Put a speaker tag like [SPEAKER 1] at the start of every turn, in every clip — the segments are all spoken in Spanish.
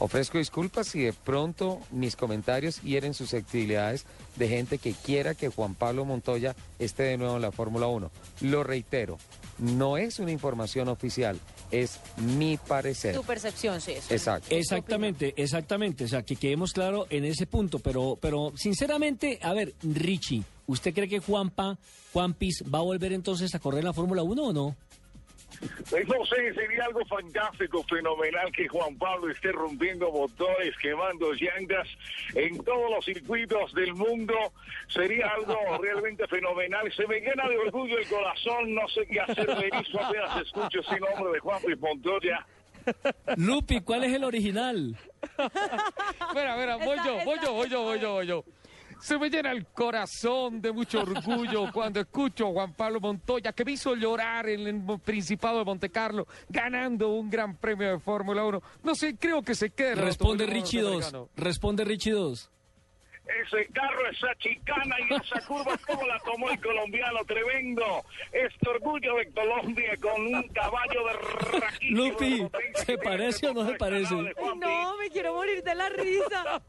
[SPEAKER 1] Ofrezco disculpas si de pronto mis comentarios hieren susceptibilidades de gente que quiera que Juan Pablo Montoya esté de nuevo en la Fórmula 1. Lo reitero, no es una información oficial, es mi parecer.
[SPEAKER 2] Tu percepción, sí. Eso.
[SPEAKER 1] Eh, Exacto.
[SPEAKER 3] Exactamente, exactamente. O sea, que quedemos claro en ese punto. Pero, pero sinceramente, a ver, Richie, ¿usted cree que Juanpa, Juanpis, va a volver entonces a correr en la Fórmula 1 o no?
[SPEAKER 4] Pues no sé, sería algo fantástico, fenomenal que Juan Pablo esté rompiendo motores, quemando llantas en todos los circuitos del mundo. Sería algo realmente fenomenal. Se me llena de orgullo el corazón. No sé qué hacer de eso apenas escucho ese nombre de Juan Luis Montoya.
[SPEAKER 3] Lupi, ¿cuál es el original?
[SPEAKER 1] Espera, espera, voy yo, voy yo, voy yo, voy yo, voy yo. Se me llena el corazón de mucho orgullo cuando escucho a Juan Pablo Montoya, que me hizo llorar en el Mo- Principado de Monte Carlo, ganando un gran premio de Fórmula 1. No sé, creo que se queda. en el
[SPEAKER 3] Responde
[SPEAKER 1] automovilismo
[SPEAKER 3] Richie 2.
[SPEAKER 1] norteamericano.
[SPEAKER 3] Responde Richie 2.
[SPEAKER 4] Ese carro, esa chicana y esa curva, como la tomó el colombiano, tremendo. Este orgullo de Colombia con un caballo de raquísimo de
[SPEAKER 3] Lupi,
[SPEAKER 4] potencia
[SPEAKER 3] ¿se
[SPEAKER 4] que tiene
[SPEAKER 3] parece o no se
[SPEAKER 4] este
[SPEAKER 3] parece?
[SPEAKER 4] canal de Juan Luis.
[SPEAKER 2] No, me quiero morir de la
[SPEAKER 3] ¿Ah?
[SPEAKER 2] risa.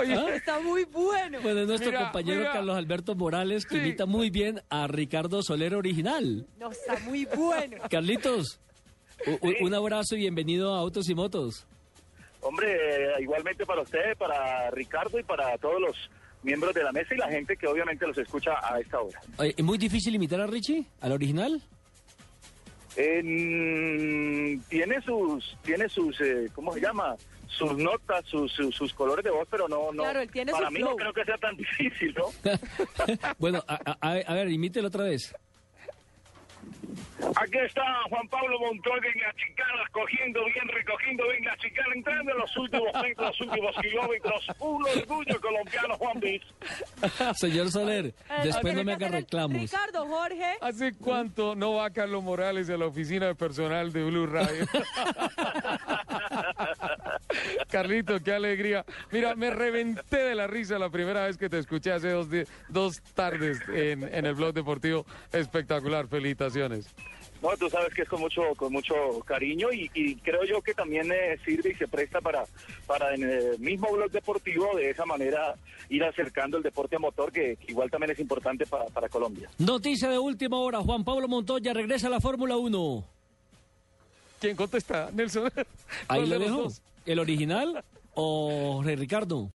[SPEAKER 1] Oye,
[SPEAKER 2] Está muy bueno.
[SPEAKER 3] Bueno, es nuestro
[SPEAKER 1] Mira,
[SPEAKER 3] compañero
[SPEAKER 1] mira.
[SPEAKER 3] Carlos Alberto Morales, que
[SPEAKER 1] Sí.
[SPEAKER 3] imita muy bien a Ricardo Soler original.
[SPEAKER 2] No, está muy bueno.
[SPEAKER 3] Carlitos, u- u- un abrazo y bienvenido a Autos y Motos.
[SPEAKER 5] Hombre, eh, igualmente para ustedes, para Ricardo y para todos los miembros de la mesa y la gente que obviamente los escucha a esta hora.
[SPEAKER 3] Oye, Eh, ¿Es muy difícil imitar a Richie, al original?
[SPEAKER 5] Eh, mm, tiene sus, tiene sus, eh, ¿cómo se llama? Sus notas, sus, sus, sus colores de voz, pero no, no.
[SPEAKER 2] Claro, él tiene
[SPEAKER 5] para
[SPEAKER 2] su
[SPEAKER 5] mí
[SPEAKER 2] flow.
[SPEAKER 5] no creo que sea tan difícil, ¿no?
[SPEAKER 3] bueno, a, a- a ver, imítelo otra vez.
[SPEAKER 4] Aquí está Juan Pablo Montoya en la chicana, cogiendo bien, recogiendo bien la chicana, entrando en los últimos metros, los últimos kilómetros. Un orgullo colombiano, Juan Luis.
[SPEAKER 3] Señor Soler,
[SPEAKER 2] Eh,
[SPEAKER 3] después no
[SPEAKER 2] tiene
[SPEAKER 3] me
[SPEAKER 2] que
[SPEAKER 3] haga
[SPEAKER 2] hacer el-
[SPEAKER 3] reclamos.
[SPEAKER 2] Ricardo, Jorge.
[SPEAKER 1] ¿hace cuánto no va Carlos Morales a la oficina de personal de Blue Radio? Carlito, qué alegría. Mira, me reventé de la risa la primera vez que te escuché hace dos, di- dos tardes en, en el blog deportivo. Espectacular, felicitaciones.
[SPEAKER 5] No, tú sabes que es con mucho, con mucho cariño y, y creo yo que también eh, sirve y se presta para, para en el mismo blog deportivo de esa manera ir acercando el deporte a motor que, que igual también es importante para, para Colombia.
[SPEAKER 3] Noticia de última hora, Juan Pablo Montoya regresa a la Fórmula 1.
[SPEAKER 1] ¿Quién contesta? Nelson.
[SPEAKER 3] Ahí
[SPEAKER 1] ¿Cuál
[SPEAKER 3] lo
[SPEAKER 1] de los
[SPEAKER 3] dejo.
[SPEAKER 1] dos?
[SPEAKER 3] ¿El original o Jorge Ricardo?